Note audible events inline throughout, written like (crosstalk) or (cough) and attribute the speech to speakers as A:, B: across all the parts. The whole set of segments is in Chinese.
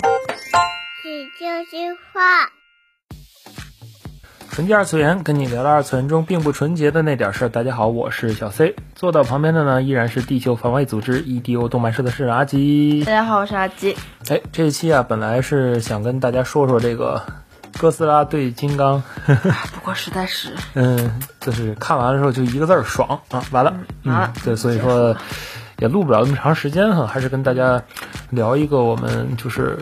A: 喜剧之花。
B: 纯洁二次元，跟你聊聊二次元中并不纯洁的那点事儿。大家好，我是小 C，坐到旁边的呢依然是地球防卫组织 EDO 动漫社的社长阿吉。
C: 大家好，我是阿吉。
B: 哎，这一期啊，本来是想跟大家说说这个哥斯拉对金刚，
C: 不过实在是
B: 嗯，就是看完了之后就一个字儿爽啊，完了，
C: 嗯完了
B: 嗯，对，所以说也录不了那么长时间哈，还是跟大家聊一个我们就是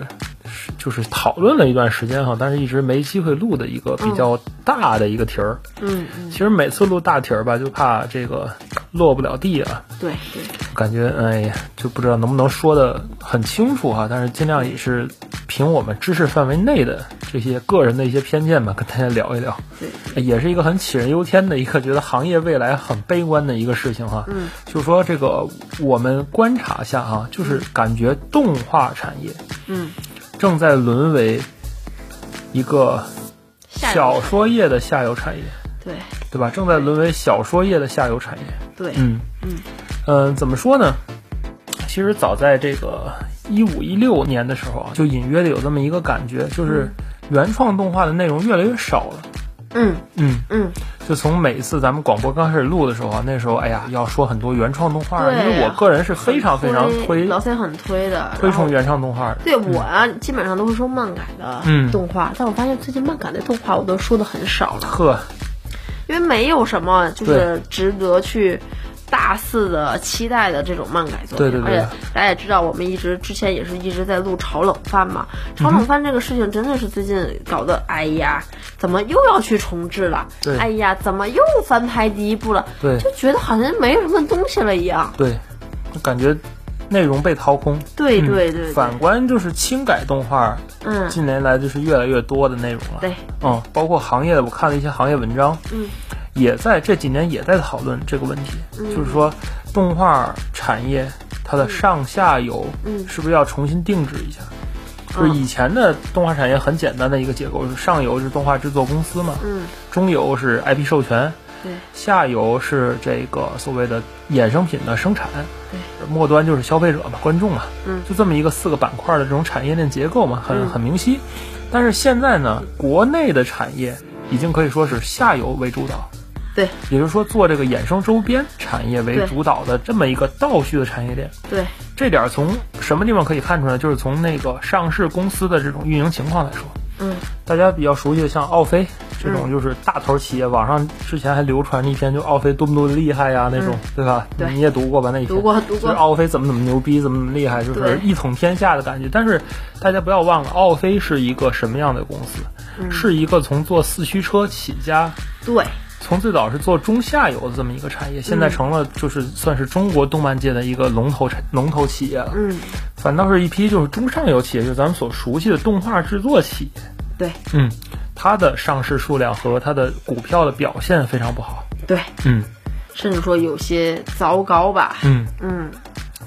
B: 就是讨论了一段时间哈，但是一直没机会录的一个比较大的一个题儿。
C: 嗯嗯，
B: 其实每次录大题儿吧，就怕这个落不了地啊，
C: 对对，
B: 感觉哎呀，就不知道能不能说的很清楚哈、但是尽量也是凭我们知识范围内的这些个人的一些偏见吧，跟大家聊一聊。
C: 对，
B: 也是一个很杞人忧天的一个，觉得行业未来很悲观的一个事情哈、
C: 嗯，
B: 就说这个我们观察下啊，就是感觉动画产业
C: 嗯，
B: 正在沦为一个
C: 下游
B: 小说业的下游产业，
C: 对
B: 对吧？正在沦为小说业的下游产业。
C: 对，
B: 嗯
C: 嗯
B: 呃，怎么说呢？其实早在这个一五一六年的时候啊，就隐约的有这么一个感觉，就是原创动画的内容越来越少了。
C: 嗯
B: 嗯，
C: 嗯，
B: 就从每一次咱们广播刚开始录的时候啊，那时候哎呀，要说很多原创动画，
C: 对
B: 因为我个人是非常非常推
C: 老 C 很推的，
B: 推崇
C: 然后。
B: 原创动画的。
C: 对我啊，基本上都是说漫改的
B: 嗯
C: 动画，但我发现最近漫改的动画我都说的很少了，
B: 呵，
C: 因为没有什么就是值得去大肆的期待的这种漫改作
B: 对
C: 品。
B: 对对
C: 而且大家也知道，我们一直之前也是一直在录炒冷饭嘛，
B: 嗯
C: 炒冷饭这个事情真的是最近搞得，哎呀，怎么又要去重置了
B: 对？
C: 哎呀，怎么又翻拍第一部了？
B: 对
C: 就觉得好像没什么东西了一样。
B: 对，感觉内容被掏空。
C: 对
B: 嗯
C: 对对对，
B: 反观就是轻改动画，
C: 嗯，
B: 近年来就是越来越多的内容了。
C: 对，
B: 嗯，包括行业的，我看了一些行业文章，
C: 嗯，
B: 也在这几年也在讨论这个问题，
C: 嗯
B: 就是说动画产业它的上下游
C: 嗯
B: 是不是要重新定制一下？就是
C: 嗯
B: 以前的动画产业很简单的一个结构，就是上游是动画制作公司嘛，
C: 嗯，
B: 中游是 IP 授权，
C: 对，
B: 下游是这个所谓的衍生品的生产，
C: 对，
B: 末端就是消费者嘛，观众嘛，
C: 嗯
B: 就这么一个四个板块的这种产业链结构嘛，很、
C: 嗯
B: 很明晰。但是现在呢，国内的产业已经可以说是下游为主导，
C: 对
B: 也就是说做这个衍生周边产业为
C: 对
B: 主导的这么一个倒叙的产业链。
C: 对，
B: 这点儿从什么地方可以看出来？就是从那个上市公司的这种运营情况来说，
C: 嗯
B: 大家比较熟悉的像奥飞这种就是大头企业，网上之前还流传着一篇，就奥飞多么多么厉害呀那种，对吧？
C: 嗯对
B: 你也读过吧那一篇？
C: 读过读过
B: 就是奥飞怎么怎么牛逼，怎么怎么厉害，就是
C: 对
B: 一统天下的感觉。但是大家不要忘了，奥飞是一个什么样的公司？
C: 嗯
B: 是一个从做四驱车起家，
C: 对，
B: 从最早是做中下游的这么一个产
C: 嗯
B: 业，现在成了就是算是中国动漫界的一个龙头产龙头企业了。
C: 嗯
B: 反倒是一批就是中上游企业，就是咱们所熟悉的动画制作企业。
C: 对
B: 嗯，它的上市数量和它的股票的表现非常不好。
C: 对，
B: 嗯
C: 甚至说有些糟糕吧。
B: 嗯，
C: 嗯，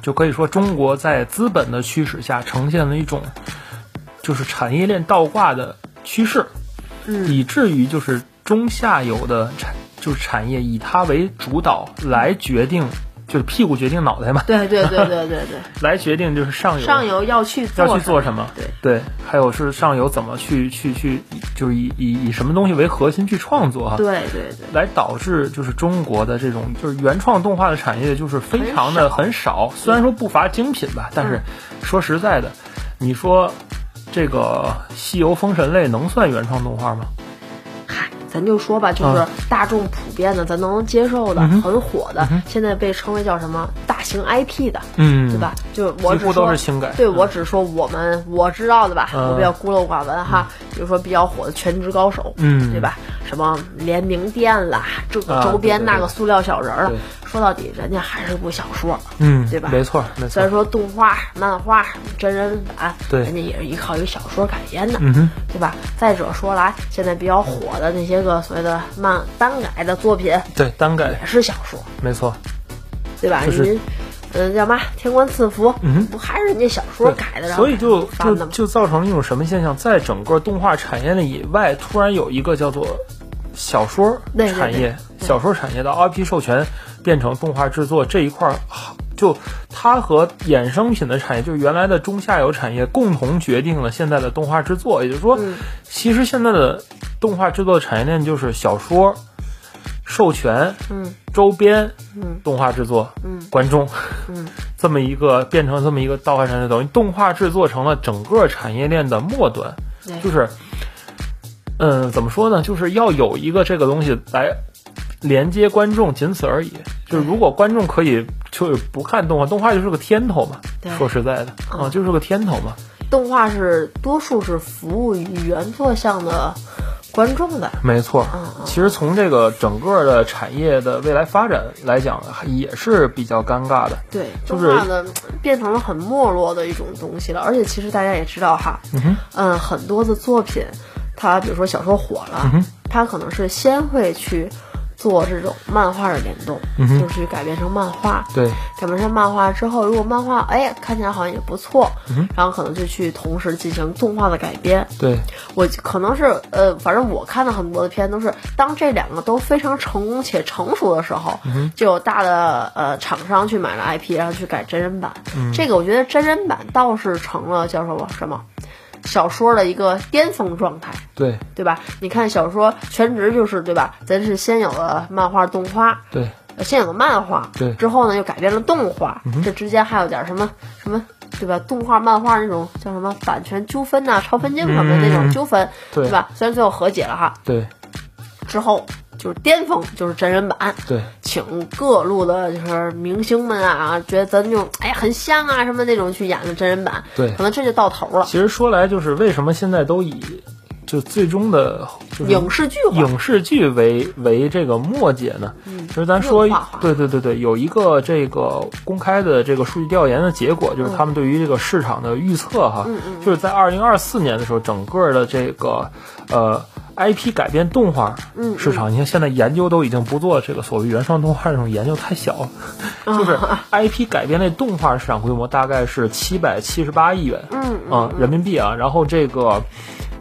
B: 就可以说中国在资本的驱使下，呈现了一种就是产业链倒挂的趋势，
C: 嗯
B: 以至于就是中下游的产就是产业以它为主导来决定，就是屁股决定脑袋嘛， (laughs)
C: 对对对对对对，
B: 来决定就是上游
C: 上游要去做
B: 要去做
C: 什
B: 什么？
C: 对
B: 还有是上游怎么去去去，就是以以以什么东西为核心去创作啊
C: 么？？对对对，
B: 来导致就是中国的这种就是原创动画的产业就是非常的很少，虽然说不乏精品吧，但是说实在的，你说这个《西游封神类》能算原创动画吗？
C: 嗨，咱就说吧，就是
B: 啊
C: 大众普遍的，咱能接受的、
B: 嗯哼
C: 很火的，现在被称为叫什么大型 IP 的，
B: 嗯
C: 对吧？？就我
B: 几
C: 只
B: 乎都
C: 说
B: 是轻改。
C: 对，我只说我们我知道的吧，
B: 嗯
C: 我比较孤陋寡闻哈。比如说比较火的《全职高手》，
B: 嗯
C: 对吧？什么联名店啦，这个
B: 啊
C: 周边
B: 对对
C: 那
B: 对
C: 个塑料小人儿了
B: 对，
C: 说到底人家还是部小说，
B: 嗯，
C: 对吧
B: 没错，没
C: 虽
B: 错
C: 然。说动画、漫画、真人版，
B: 对
C: 人家也是依靠于小说改编的，
B: 嗯哼，
C: 对吧？再者说来，现在比较火的那些个所谓的漫单改的作品，
B: 对，单改
C: 也是小说，
B: 没错。
C: 对吧？
B: 就是
C: 您，嗯，叫嘛《天官赐福》
B: 嗯哼
C: 不还是人家小说
B: 对
C: 改的？然后
B: 所以就
C: 翻
B: 就
C: 的吗？
B: 就造成了一种什么现象，在整个动画产业链以外，突然有一个叫做小说
C: 对对对
B: 产业、
C: 对
B: 小说产业的 IP 授权变成动画制作这一块儿，就它和衍生品的产业，就是原来的中下游产业，共同决定了现在的动画制作。也就是说，
C: 嗯
B: 其实现在的动画制作产业链就是小说、授权、
C: 嗯
B: 周边、
C: 嗯
B: 动画制作、
C: 嗯
B: 观众，
C: 嗯，
B: (laughs) 这么一个变成这么一个倒化产业，等于动画制作成了整个产业链的末端。
C: 对
B: 就是，嗯，怎么说呢？就是要有一个这个东西来连接观众，仅此而已。就是如果观众可以就是不看动画，动画就是个天头嘛。
C: 对
B: 说实在的，啊，
C: 嗯
B: 就是个天头嘛。
C: 动画是多数是服务于原作向的观众的，
B: 没错。
C: 嗯
B: 其实从这个整个的产业的未来发展来讲，还也是比较尴尬的。
C: 对，
B: 就是
C: 动画呢变成了很没落的一种东西了。而且其实大家也知道哈，
B: 哼
C: 嗯很多的作品，它比如说小说火了，
B: 嗯
C: 它可能是先会去做这种漫画的联动，就是去改编成漫画。
B: 嗯对，
C: 改编成漫画之后，如果漫画哎看起来好像也不错，
B: 嗯
C: 然后可能就去同时进行动画的改编。
B: 对，
C: 我可能是呃，反正我看的很多的片都是，当这两个都非常成功且成熟的时候，就有大的呃厂商去买了 IP，然后去改真人版。这个我觉得真人版倒是成了叫什么什么小说的一个巅峰状态。
B: 对，
C: 对吧？你看小说全职就是对吧？咱是先有了漫画、动画，
B: 对，
C: 呃先有了漫画，
B: 对嗯
C: 之后呢又改变了动画，这之间还有点什么什么，对吧？动画、漫画那种叫什么版权纠纷呐、超分镜什么的那种纠纷，
B: 嗯对
C: 吧？虽然最后和解了哈，
B: 对，
C: 之后就是巅峰，就是真人版，
B: 对，
C: 请各路的就是明星们啊，觉得咱就哎呀很像啊什么那种去演的真人版，
B: 对
C: 可能这就到头了。
B: 其实说来就是为什么现在都以就最终的就是
C: 影视剧化
B: 影视剧为为这个末节呢？就是咱说
C: 润滑化，
B: 对对对对，有一个这个公开的这个数据调研的结果，就是他们对于这个市场的预测哈，就是在二零二四年的时候，整个的这个呃。IP 改编动画市场，你看现在研究都已经不做这个所谓原创动画这种研究太小了，就是 IP 改编类动画市场规模大概是七百七十八亿元，
C: 嗯
B: 啊、人民币啊，然后这个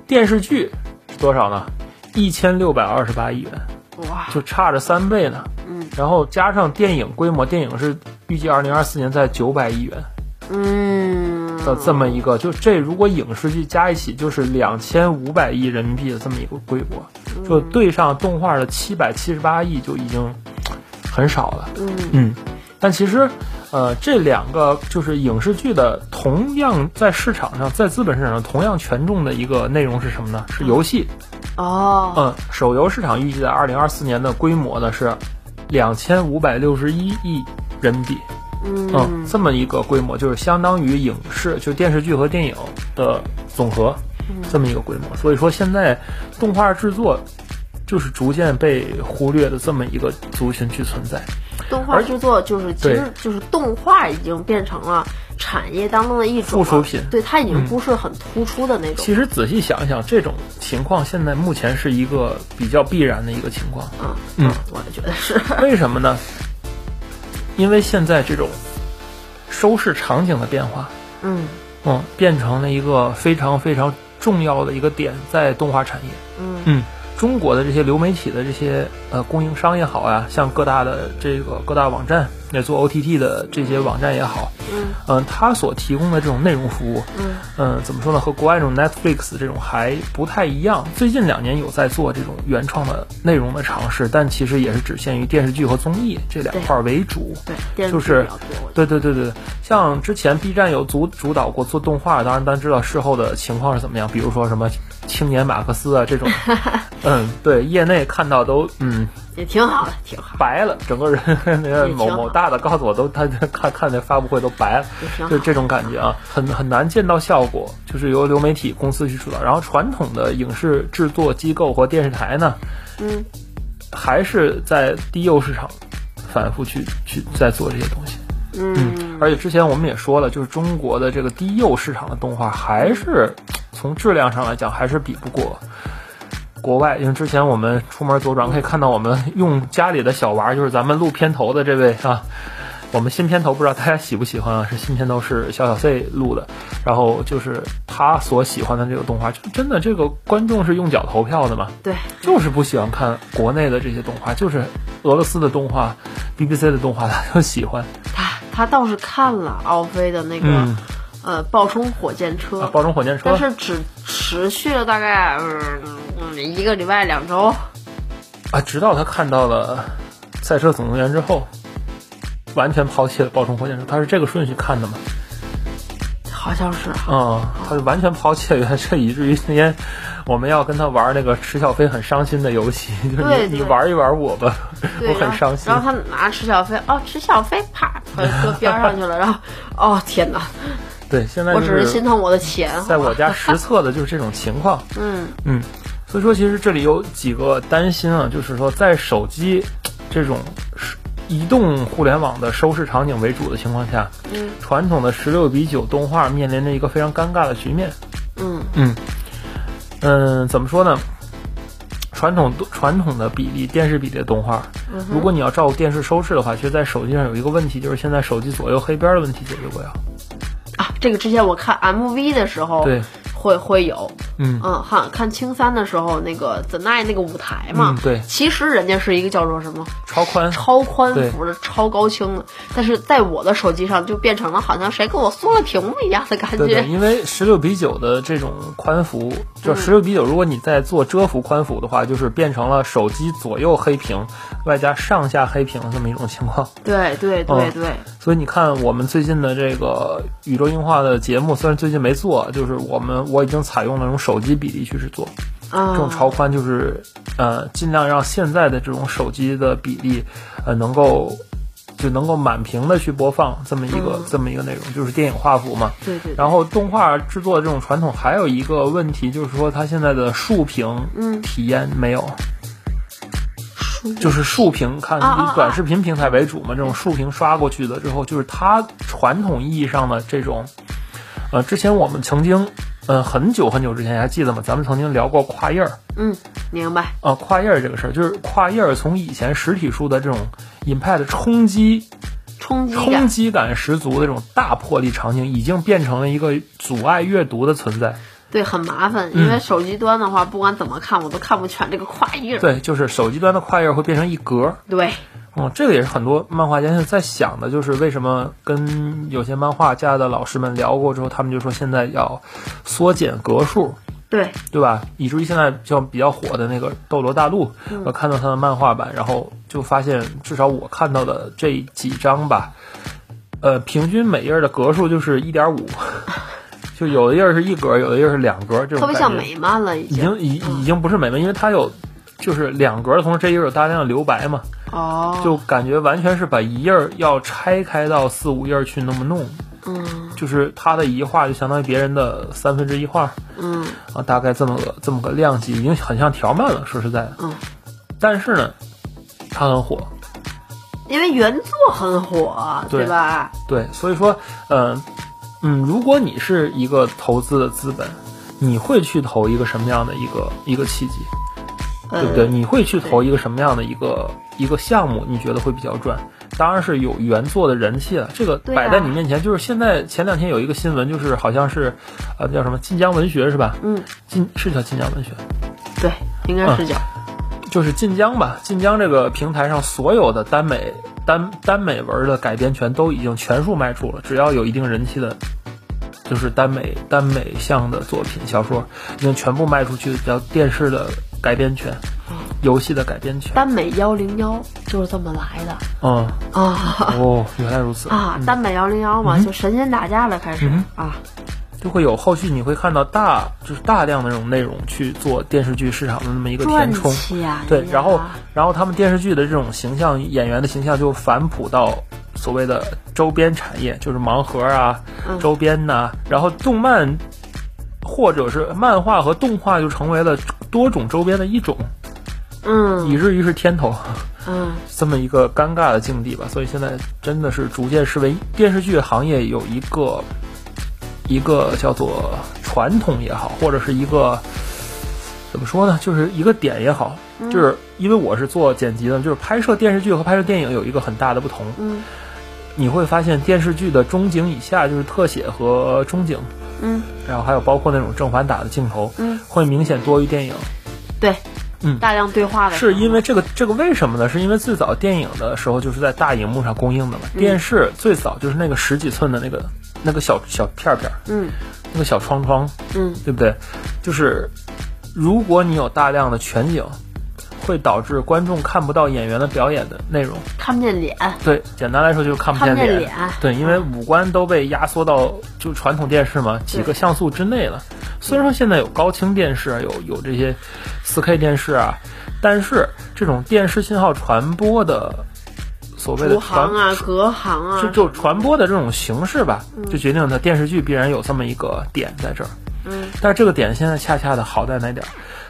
B: 电视剧是多少呢？一千六百二十八亿元，
C: 嗯哇，
B: 就差着三倍呢。
C: 嗯，
B: 然后加上电影规模，电影是预计二零二四年在九百亿元
C: 嗯，
B: 的这么一个，就这如果影视剧加一起就是两千五百亿人民币的这么一个规模，
C: 嗯
B: 就对上动画的七百七十八亿就已经很少了。
C: 嗯
B: 嗯，但其实，呃，这两个就是影视剧的同样在市场上，在资本市场上同样权重的一个内容是什么呢？
C: 嗯
B: 是游戏。
C: 哦，
B: 嗯，手游市场预计在二零二四年的规模呢是两千五百六十一亿人民币。嗯，这么一个规模，就是相当于影视，就电视剧和电影的总和，这么一个规模。所以说，现在动画制作就是逐渐被忽略的这么一个族群去存在。
C: 动画制作就是其
B: 对
C: 实就是动画已经变成了产业当中的一种
B: 附
C: 了
B: 属品
C: 对，它已经不是很突出的那种。
B: 其实仔细想一想，这种情况现在目前是一个比较必然的一个情况。
C: 嗯
B: 嗯
C: 嗯，我也觉得是。 (laughs)
B: 为什么呢？因为现在这种收视场景的变化，
C: 嗯
B: 嗯，变成了一个非常非常重要的一个点，在动画产业。
C: 嗯
B: 嗯，中国的这些流媒体的这些呃供应商也好呀、像各大的这个各大网站，也做 OTT 的这些网站也好，
C: 嗯
B: 嗯，它所提供的这种内容服务，
C: 嗯
B: 嗯，怎么说呢？和国外这种 Netflix 这种还不太一样。最近两年有在做这种原创的内容的尝试，但其实也是只限于电视剧和综艺这两块儿为主。
C: 对，电视
B: 就
C: 剧
B: 是
C: 比较多。我觉
B: 对
C: 得
B: 对对对，对像之前 B 站有主主导过做动画，当然咱知道事后的情况是怎么样，比如说什么青年马克思啊这种，
C: (laughs)
B: 嗯，对，业内看到都嗯
C: 也挺好的，挺好，
B: 白了，整
C: (laughs)
B: 个人那个
C: 也挺
B: 某
C: 好
B: 某大的告诉我都他他看看那发布会都白了
C: 也挺，好
B: 就这种感觉啊，很很难见到效果，就是由流媒体公司去主导，然后传统的影视制作机构和电视台呢，
C: 嗯，
B: 还是在低幼市场反复去去在做这些东西。
C: 嗯，
B: 而且之前我们也说了，就是中国的这个低幼市场的动画，还是从质量上来讲，还是比不过国外。因为之前我们出门左转可以看到，我们用家里的小娃儿，就是咱们录片头的这位啊，我们新片头不知道大家喜不喜欢啊？是新片头是小小 C 录的，然后就是他所喜欢的这个动画，就真的这个观众是用脚投票的嘛？
C: 对，
B: 就是不喜欢看国内的这些动画，就是俄罗斯的动画、BBC 的动画，他就喜欢。
C: 他他他倒是看了奥飞的那个、
B: 嗯
C: 呃爆冲火箭车，
B: 啊爆冲火箭车
C: 但，是只持续了大概嗯嗯一个礼拜两周，
B: 啊，直到他看到了《赛车总动员》之后，完全抛弃了爆冲火箭车，他是这个顺序看的嘛？
C: 好像是哈
B: 嗯，他就完全抛弃了原来这，以至于那天我们要跟他玩那个池小飞很伤心的游戏，就是
C: 对
B: 你
C: 对
B: 你玩一玩我吧，(laughs)
C: 对，
B: 我
C: 然
B: 很
C: 后
B: 伤心
C: 然。后他拿池小飞，哦，池小飞啪跑搁边上去了，然后哦天哪，
B: 对，现在
C: 我
B: 就
C: 只是心疼我的钱，
B: 在我家实测的就是这种情况。
C: 嗯
B: 嗯，所以说其实这里有几个担心啊，就是说在手机这种是移动互联网的收视场景为主的情况下，
C: 嗯
B: 传统的十六比九动画面临着一个非常尴尬的局面。
C: 嗯
B: 嗯嗯，怎么说呢？传统传统的比例，电视比例的动画，如果你要照顾电视收视的话，其实，在手机上有一个问题，就是现在手机左右黑边的问题解决不了。
C: 啊，这个之前我看 MV 的时候，
B: 对，
C: 会会有，
B: 嗯
C: 嗯，哈，看青三的时候，那个 The Night 那个舞台嘛，
B: 嗯对
C: 其实人家是一个叫做什么
B: 超宽，
C: 超宽
B: 对
C: 幅的、超高清的，但是在我的手机上就变成了好像谁给我缩了屏幕一样的感
B: 对对，
C: 觉。
B: 因为十六比九的这种宽幅，就十六比九，如果你在做遮幅宽幅的话，就是变成了手机左右黑屏，外加上下黑屏这么一种情况。
C: 对对对
B: 嗯
C: 对，
B: 所以你看，我们最近的这个宇宙硬化的节目，虽然最近没做，就是我们我已经采用了那种手机比例去制作，
C: 啊，
B: 嗯这种超宽就是呃，尽量让现在的这种手机的比例呃能够就能够满屏的去播放这么一个、这么一个内容，就是电影画幅嘛。
C: 对对对，
B: 然后动画制作的这种传统还有一个问题，就是说它现在的竖屏
C: 嗯
B: 体验没有，就是竖屏看
C: 啊啊
B: 以短视频平台为主嘛，这种竖屏刷过去的之后，就是它传统意义上的这种，呃，之前我们曾经，呃，很久很久之前你还记得吗？咱们曾经聊过跨页儿，
C: 嗯，明白，
B: 呃，跨页儿这个事儿，就是跨页儿从以前实体书的这种 impact 冲击
C: 冲击
B: 冲
C: 感，
B: 击感十足的这种大魄力场景，已经变成了一个阻碍阅读的存在。
C: 对，很麻烦，因为
B: 嗯
C: 手机端的话，不管怎么看，我都看不全这个跨页。
B: 对，就是手机端的跨页儿会变成一格儿。
C: 对，
B: 嗯，这个也是很多漫画家现在在想的，就是为什么跟有些漫画家的老师们聊过之后，他们就说现在要缩减格数，
C: 对，
B: 对吧？以至于现在像比较火的那个《斗罗大陆》，
C: 嗯
B: 我看到它的漫画版，然后就发现，至少我看到的这几章吧，呃，平均每页儿的格数就是一
C: (laughs)
B: 点五，就有的页儿是一格，有的页儿是两格，这种
C: 特别
B: 感
C: 像
B: 觉
C: 美漫了，已
B: 已
C: 经。
B: 经已已经不是美漫，因为它有就是两格的同时，这页儿有大量的留白嘛，
C: 哦，
B: 就感觉完全是把一页儿要拆开到四五页儿去那么弄，
C: 嗯
B: 就是它的一画就相当于别人的三分之一画
C: 嗯
B: 啊，大概这么个这么个量级，已经很像条漫了。说实在的，
C: 嗯，
B: 但是呢，它很火，
C: 因为原作很火，
B: 对
C: 对吧？
B: 对，所以说，呃，嗯，如果你是一个投资的资本，你会去投一个什么样的一个一个契机，对不对？
C: 呃，
B: 你会去投一个什么样的一个一个项目？你觉得会比较赚？当然是有原作的人气了，这个
C: 对啊
B: 摆在你面前。就是现在前两天有一个新闻，就是好像是，呃，叫什么晋江文学是吧？
C: 嗯，
B: 晋是叫晋江文学，
C: 对，应该是这
B: 啊
C: 样。
B: 就是晋江吧。晋江这个平台上所有的耽美耽耽美文的改编权都已经全数卖出了，只要有一定人气的。就是耽美耽美向的作品小说，已经全部卖出去，叫电视的改编权，游戏的改编权。
C: 耽美幺零幺就是这么来的
B: 嗯，
C: 啊
B: 哦，原来如此
C: 啊！
B: 嗯
C: 耽美幺零幺嘛，就神仙打架了，开始
B: 嗯
C: 啊，
B: 就会有后续你会看到大就是大量的那种内容去做电视剧市场的那么一个填
C: 赚
B: 充，
C: 钱呀！
B: 对，然后然后他们电视剧的这种形象演员的形象就反哺到所谓的周边产业，就是盲盒啊、
C: 嗯
B: 周边呐、然后动漫或者是漫画和动画就成为了多种周边的一种，以
C: 嗯
B: 至于是天头。
C: 嗯，
B: 这么一个尴尬的境地吧，所以现在真的是逐渐视为电视剧行业有一个一个叫做传统也好，或者是一个怎么说呢，就是一个点也好，
C: 嗯
B: 就是因为我是做剪辑的，就是拍摄电视剧和拍摄电影有一个很大的不同。
C: 嗯，
B: 你会发现电视剧的中景以下就是特写和中景，
C: 嗯，
B: 然后还有包括那种正反打的镜头，
C: 嗯，
B: 会明显多于电影。
C: 对，
B: 嗯
C: 大量对话的时候，
B: (laughs) 是因为这个这个为什么呢？是因为最早电影的时候就是在大荧幕上公映的嘛，电视最早就是那个十几寸的那个那个小小片片，
C: 嗯
B: 那个小窗窗，
C: 嗯
B: 对不对？就是如果你有大量的全景，会导致观众看不到演员的表演的内容。
C: 看不见脸，
B: 对，简单来说就是看不见
C: 看不
B: 脸。
C: 见脸
B: 对，因为五官都被压缩到就传统电视嘛几个像素之内了。虽然说现在有高清电视，啊有有这些 4K 电视啊，但是这种电视信号传播的所谓的
C: 逐
B: 传
C: 行啊，嗯隔行啊，
B: 就就传播的这种形式吧，就决定它电视剧必然有这么一个点在这儿。
C: 嗯，
B: 但是这个点现在恰恰的好在哪点儿？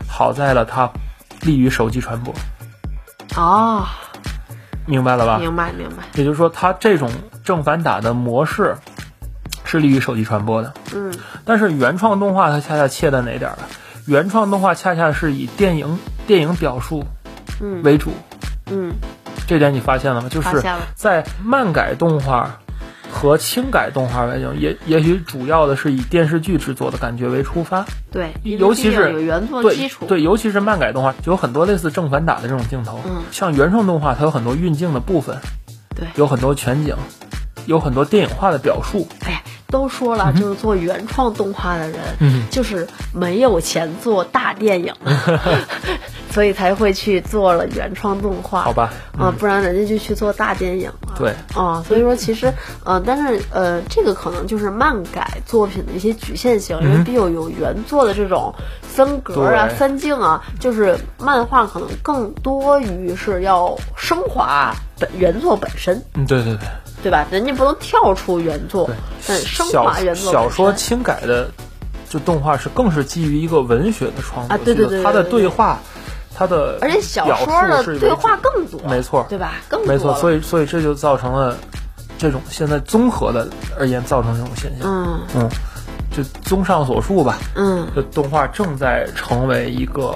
B: 好在了它利于手机传播，
C: 哦，
B: 明白了吧？
C: 明白明白，
B: 也就是说，它这种正反打的模式是利于手机传播的。
C: 嗯
B: 但是原创动画它恰恰切在哪点儿了？原创动画恰恰是以电影电影表述
C: 嗯
B: 为主，
C: 嗯，
B: 这点你发现了吗？就
C: 发
B: 是
C: 现了
B: 在漫改动画和轻改动画为主，也也许主要的是以电视剧制作的感觉为出发，
C: 对，
B: 尤其
C: 因为毕
B: 是
C: 竟有原作基
B: 对
C: 础，
B: 对，尤其是漫改动画，就有很多类似正反打的这种镜头。
C: 嗯
B: 像原创动画，它有很多运镜的部分，
C: 对
B: 有很多全景，有很多电影化的表述。
C: 哎呀，都说了，就是做原创动画的人，
B: 嗯
C: 就是没有钱做大电影，
B: (laughs)
C: 所以才会去做了原创动画。
B: 好吧嗯
C: 啊，不然人家就去做大电影了。
B: 对，
C: 啊，所以说其实，呃，但是呃，这个可能就是漫改作品的一些局限性，因为毕竟有原作的这种分格啊、
B: 嗯对
C: 分镜啊，就是漫画可能更多于是要升华本原作本身，
B: 嗯，对对对
C: 对吧？人家不能跳出原作
B: 对，
C: 但是嗯升
B: 小
C: 华原作
B: 小
C: 本
B: 说
C: 身
B: 轻改的，就动画是更是基于一个文学的创作，
C: 啊对对对
B: 它的
C: 对对
B: 对话，它的
C: 而且小
B: 表
C: 说的
B: 述是
C: 对
B: 为主
C: 话更多，
B: 没错
C: 对吧？更多
B: 没错，
C: 以
B: 所以所以这就造成了这种现在综合的而言造成这种现象。
C: 嗯
B: 嗯，就综上所述吧，
C: 嗯，
B: 这动画正在成为一个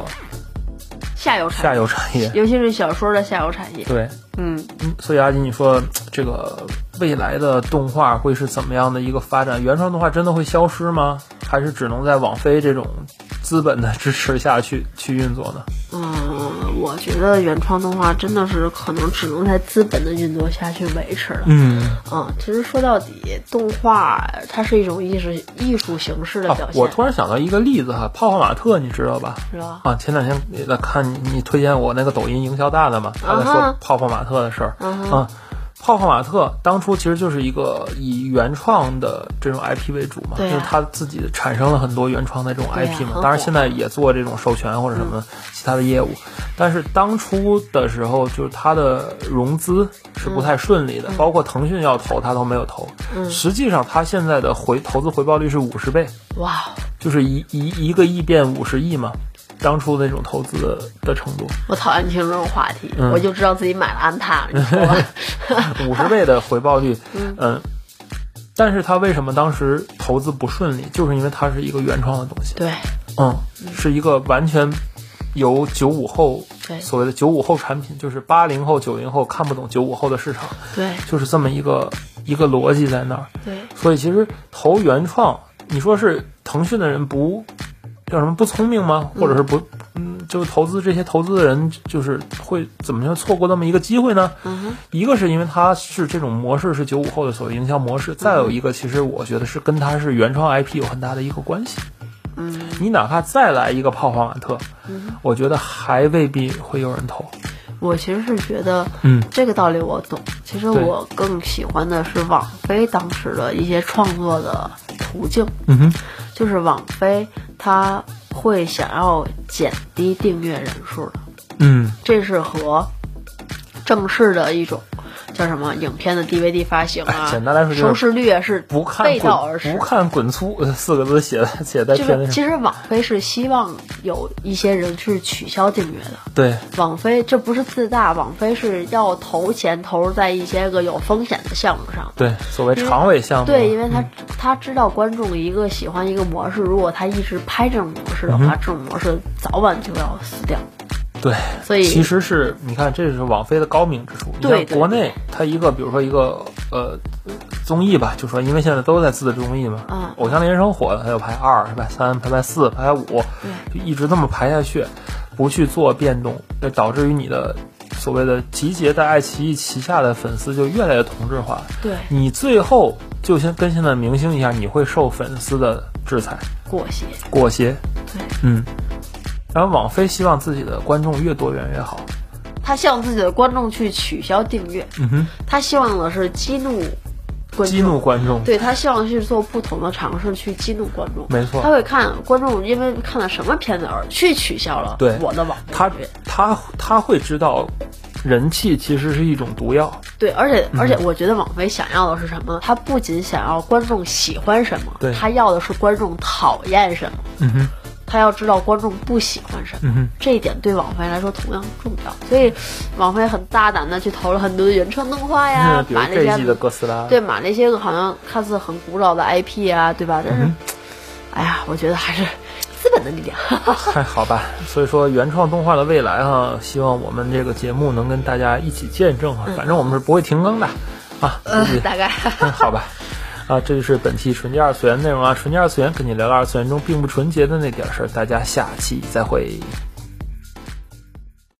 C: 下游产业，
B: 下游产业。
C: 尤其是小说的下游产业，
B: 对，
C: 嗯，
B: 嗯所以阿金，你说这个未来的动画会是怎么样的一个发展？原创动画真的会消失吗？还是只能在网飞这种资本的支持下去去运作呢？
C: 嗯，我觉得原创动画真的是可能只能在资本的运作下去维持了。
B: 嗯，
C: 嗯，其实说到底，动画它是一种艺术艺术形式的
B: 啊
C: 表，现，
B: 我突然想到一个例子哈，泡泡玛特，你知道吧？
C: 是吧？
B: 啊，前两天也在看你你推荐我那个抖音营销大的嘛，他在
C: 啊
B: 说
C: 哈
B: 泡泡玛特的事儿、
C: 嗯哼
B: 啊。泡泡玛特当初其实就是一个以原创的这种 IP 为主嘛，
C: 对啊
B: 就是他自己产生了很多原创的这种
C: 对啊
B: IP 嘛。
C: 很
B: 当然
C: 火嗯
B: 现在也做这种授权或者什么其他的业务，但是当初的时候就是他的融资是不太顺利的，包括腾讯要投他都没有投。
C: 嗯
B: 实际上他现在的回投资回报率是五十倍。
C: 哇，
B: 就是一一一个亿变五十亿嘛，当初那种投资的的程度，
C: 我讨厌听这种话题，
B: 嗯
C: 我就知道自己买了安踏了，你说吧？
B: (laughs) 五十倍的回报率，嗯、但是它为什么当时投资不顺利，就是因为它是一个原创的东西，
C: 对
B: 嗯，是一个完全由九五后
C: 对
B: 所谓的九五后产品，就是八零后九零后看不懂九五后的市场，
C: 对
B: 就是这么一个一个逻辑在那儿，
C: 对，
B: 所以其实投原创，你说是腾讯的人不叫什么不聪明吗？或者是不嗯，就是投资这些投资的人就是会怎么样错过那么一个机会呢？
C: 嗯哼，
B: 一个是因为它是这种模式是九五后的所谓营销模式，再有一个其实我觉得是跟它是原创 IP 有很大的一个关系。
C: 嗯，
B: 你哪怕再来一个泡泡玛特，我觉得还未必会有人投。
C: 我其实是觉得，
B: 嗯，
C: 这个道理我懂。其实
B: 对
C: 我更喜欢的是网飞当时的一些创作的途径，
B: 嗯哼，
C: 就是网飞它会想要减低订阅人数的，
B: 嗯，
C: 这是和正式的一种叫什么影片的 DVD 发行啊，
B: 哎简单来说就是
C: 收视率啊是
B: 不看
C: 背
B: 滚
C: 道而驰
B: 不。看滚粗呃四个字写在写在
C: 就
B: 片子
C: 是
B: 上，
C: 其实网飞是希望有一些人去取消订阅的，
B: 对，
C: 网飞这不是自大，网飞是要投钱投入在一些个有风险的项目上。
B: 对，所谓
C: 因为
B: 长尾项目，
C: 对，因为他、他知道观众一个喜欢一个模式，如果他一直拍这种模式的
B: 嗯
C: 话，这种模式早晚就要死掉。
B: 对，
C: 所以
B: 其实是你看，这是网飞的高明之处。你
C: 对
B: 像
C: 对
B: 国内，它一个比如说一个呃综艺吧，就说因为现在都在自制综艺嘛，
C: 嗯
B: 偶像练习生》火了，它就排二，是吧？三，排排四，排排五，
C: 对
B: 就一直这么排下去。不去做变动，就导致于你的所谓的集结在爱奇艺旗下的粉丝就越来越同质化。
C: 对，
B: 你最后就先跟现在明星一样，你会受粉丝的制裁
C: 裹挟，
B: 裹挟。
C: 对，
B: 嗯。然后网飞希望自己的观众越多元越好。
C: 他希望自己的观众去取消订阅，
B: 嗯哼，
C: 他希望的是激怒观
B: 激
C: 众。
B: 怒观众。
C: 对他希望去做不同的尝试，去激怒观众。
B: 没错
C: 他会看观众因为看了什么片子而去取消了
B: 对
C: 我的网
B: 他
C: 订阅
B: 他他会知道，人气其实是一种毒药。
C: 对，而且
B: 嗯
C: 而且，我觉得网飞想要的是什么呢？他不仅想要观众喜欢什么
B: 对，
C: 他要的是观众讨厌什么，
B: 嗯哼，
C: 他要知道观众不喜欢什么。
B: 嗯哼，
C: 这一点对网飞来说同样重要，所以网飞很大胆的去投了很多的原创动画
B: 那
C: 呀，
B: 嗯比如
C: 买了
B: 这一季的
C: 些
B: 哥斯拉，
C: 对买了一些好像看似很古老的 IP 啊，对吧？
B: 嗯
C: 但是，哎呀，我觉得还是资本的力量。
B: 还好吧。所以说，原创动画的未来哈、希望我们这个节目能跟大家一起见证
C: 嗯
B: 哈、反正我们是不会停更的啊，估计
C: (laughs) 大概
B: 嗯 (laughs) 好吧。啊，这就是本期纯洁二次元内容啊！纯洁二次元跟你聊聊二次元中并不纯洁的那点儿事儿，大家下期再会。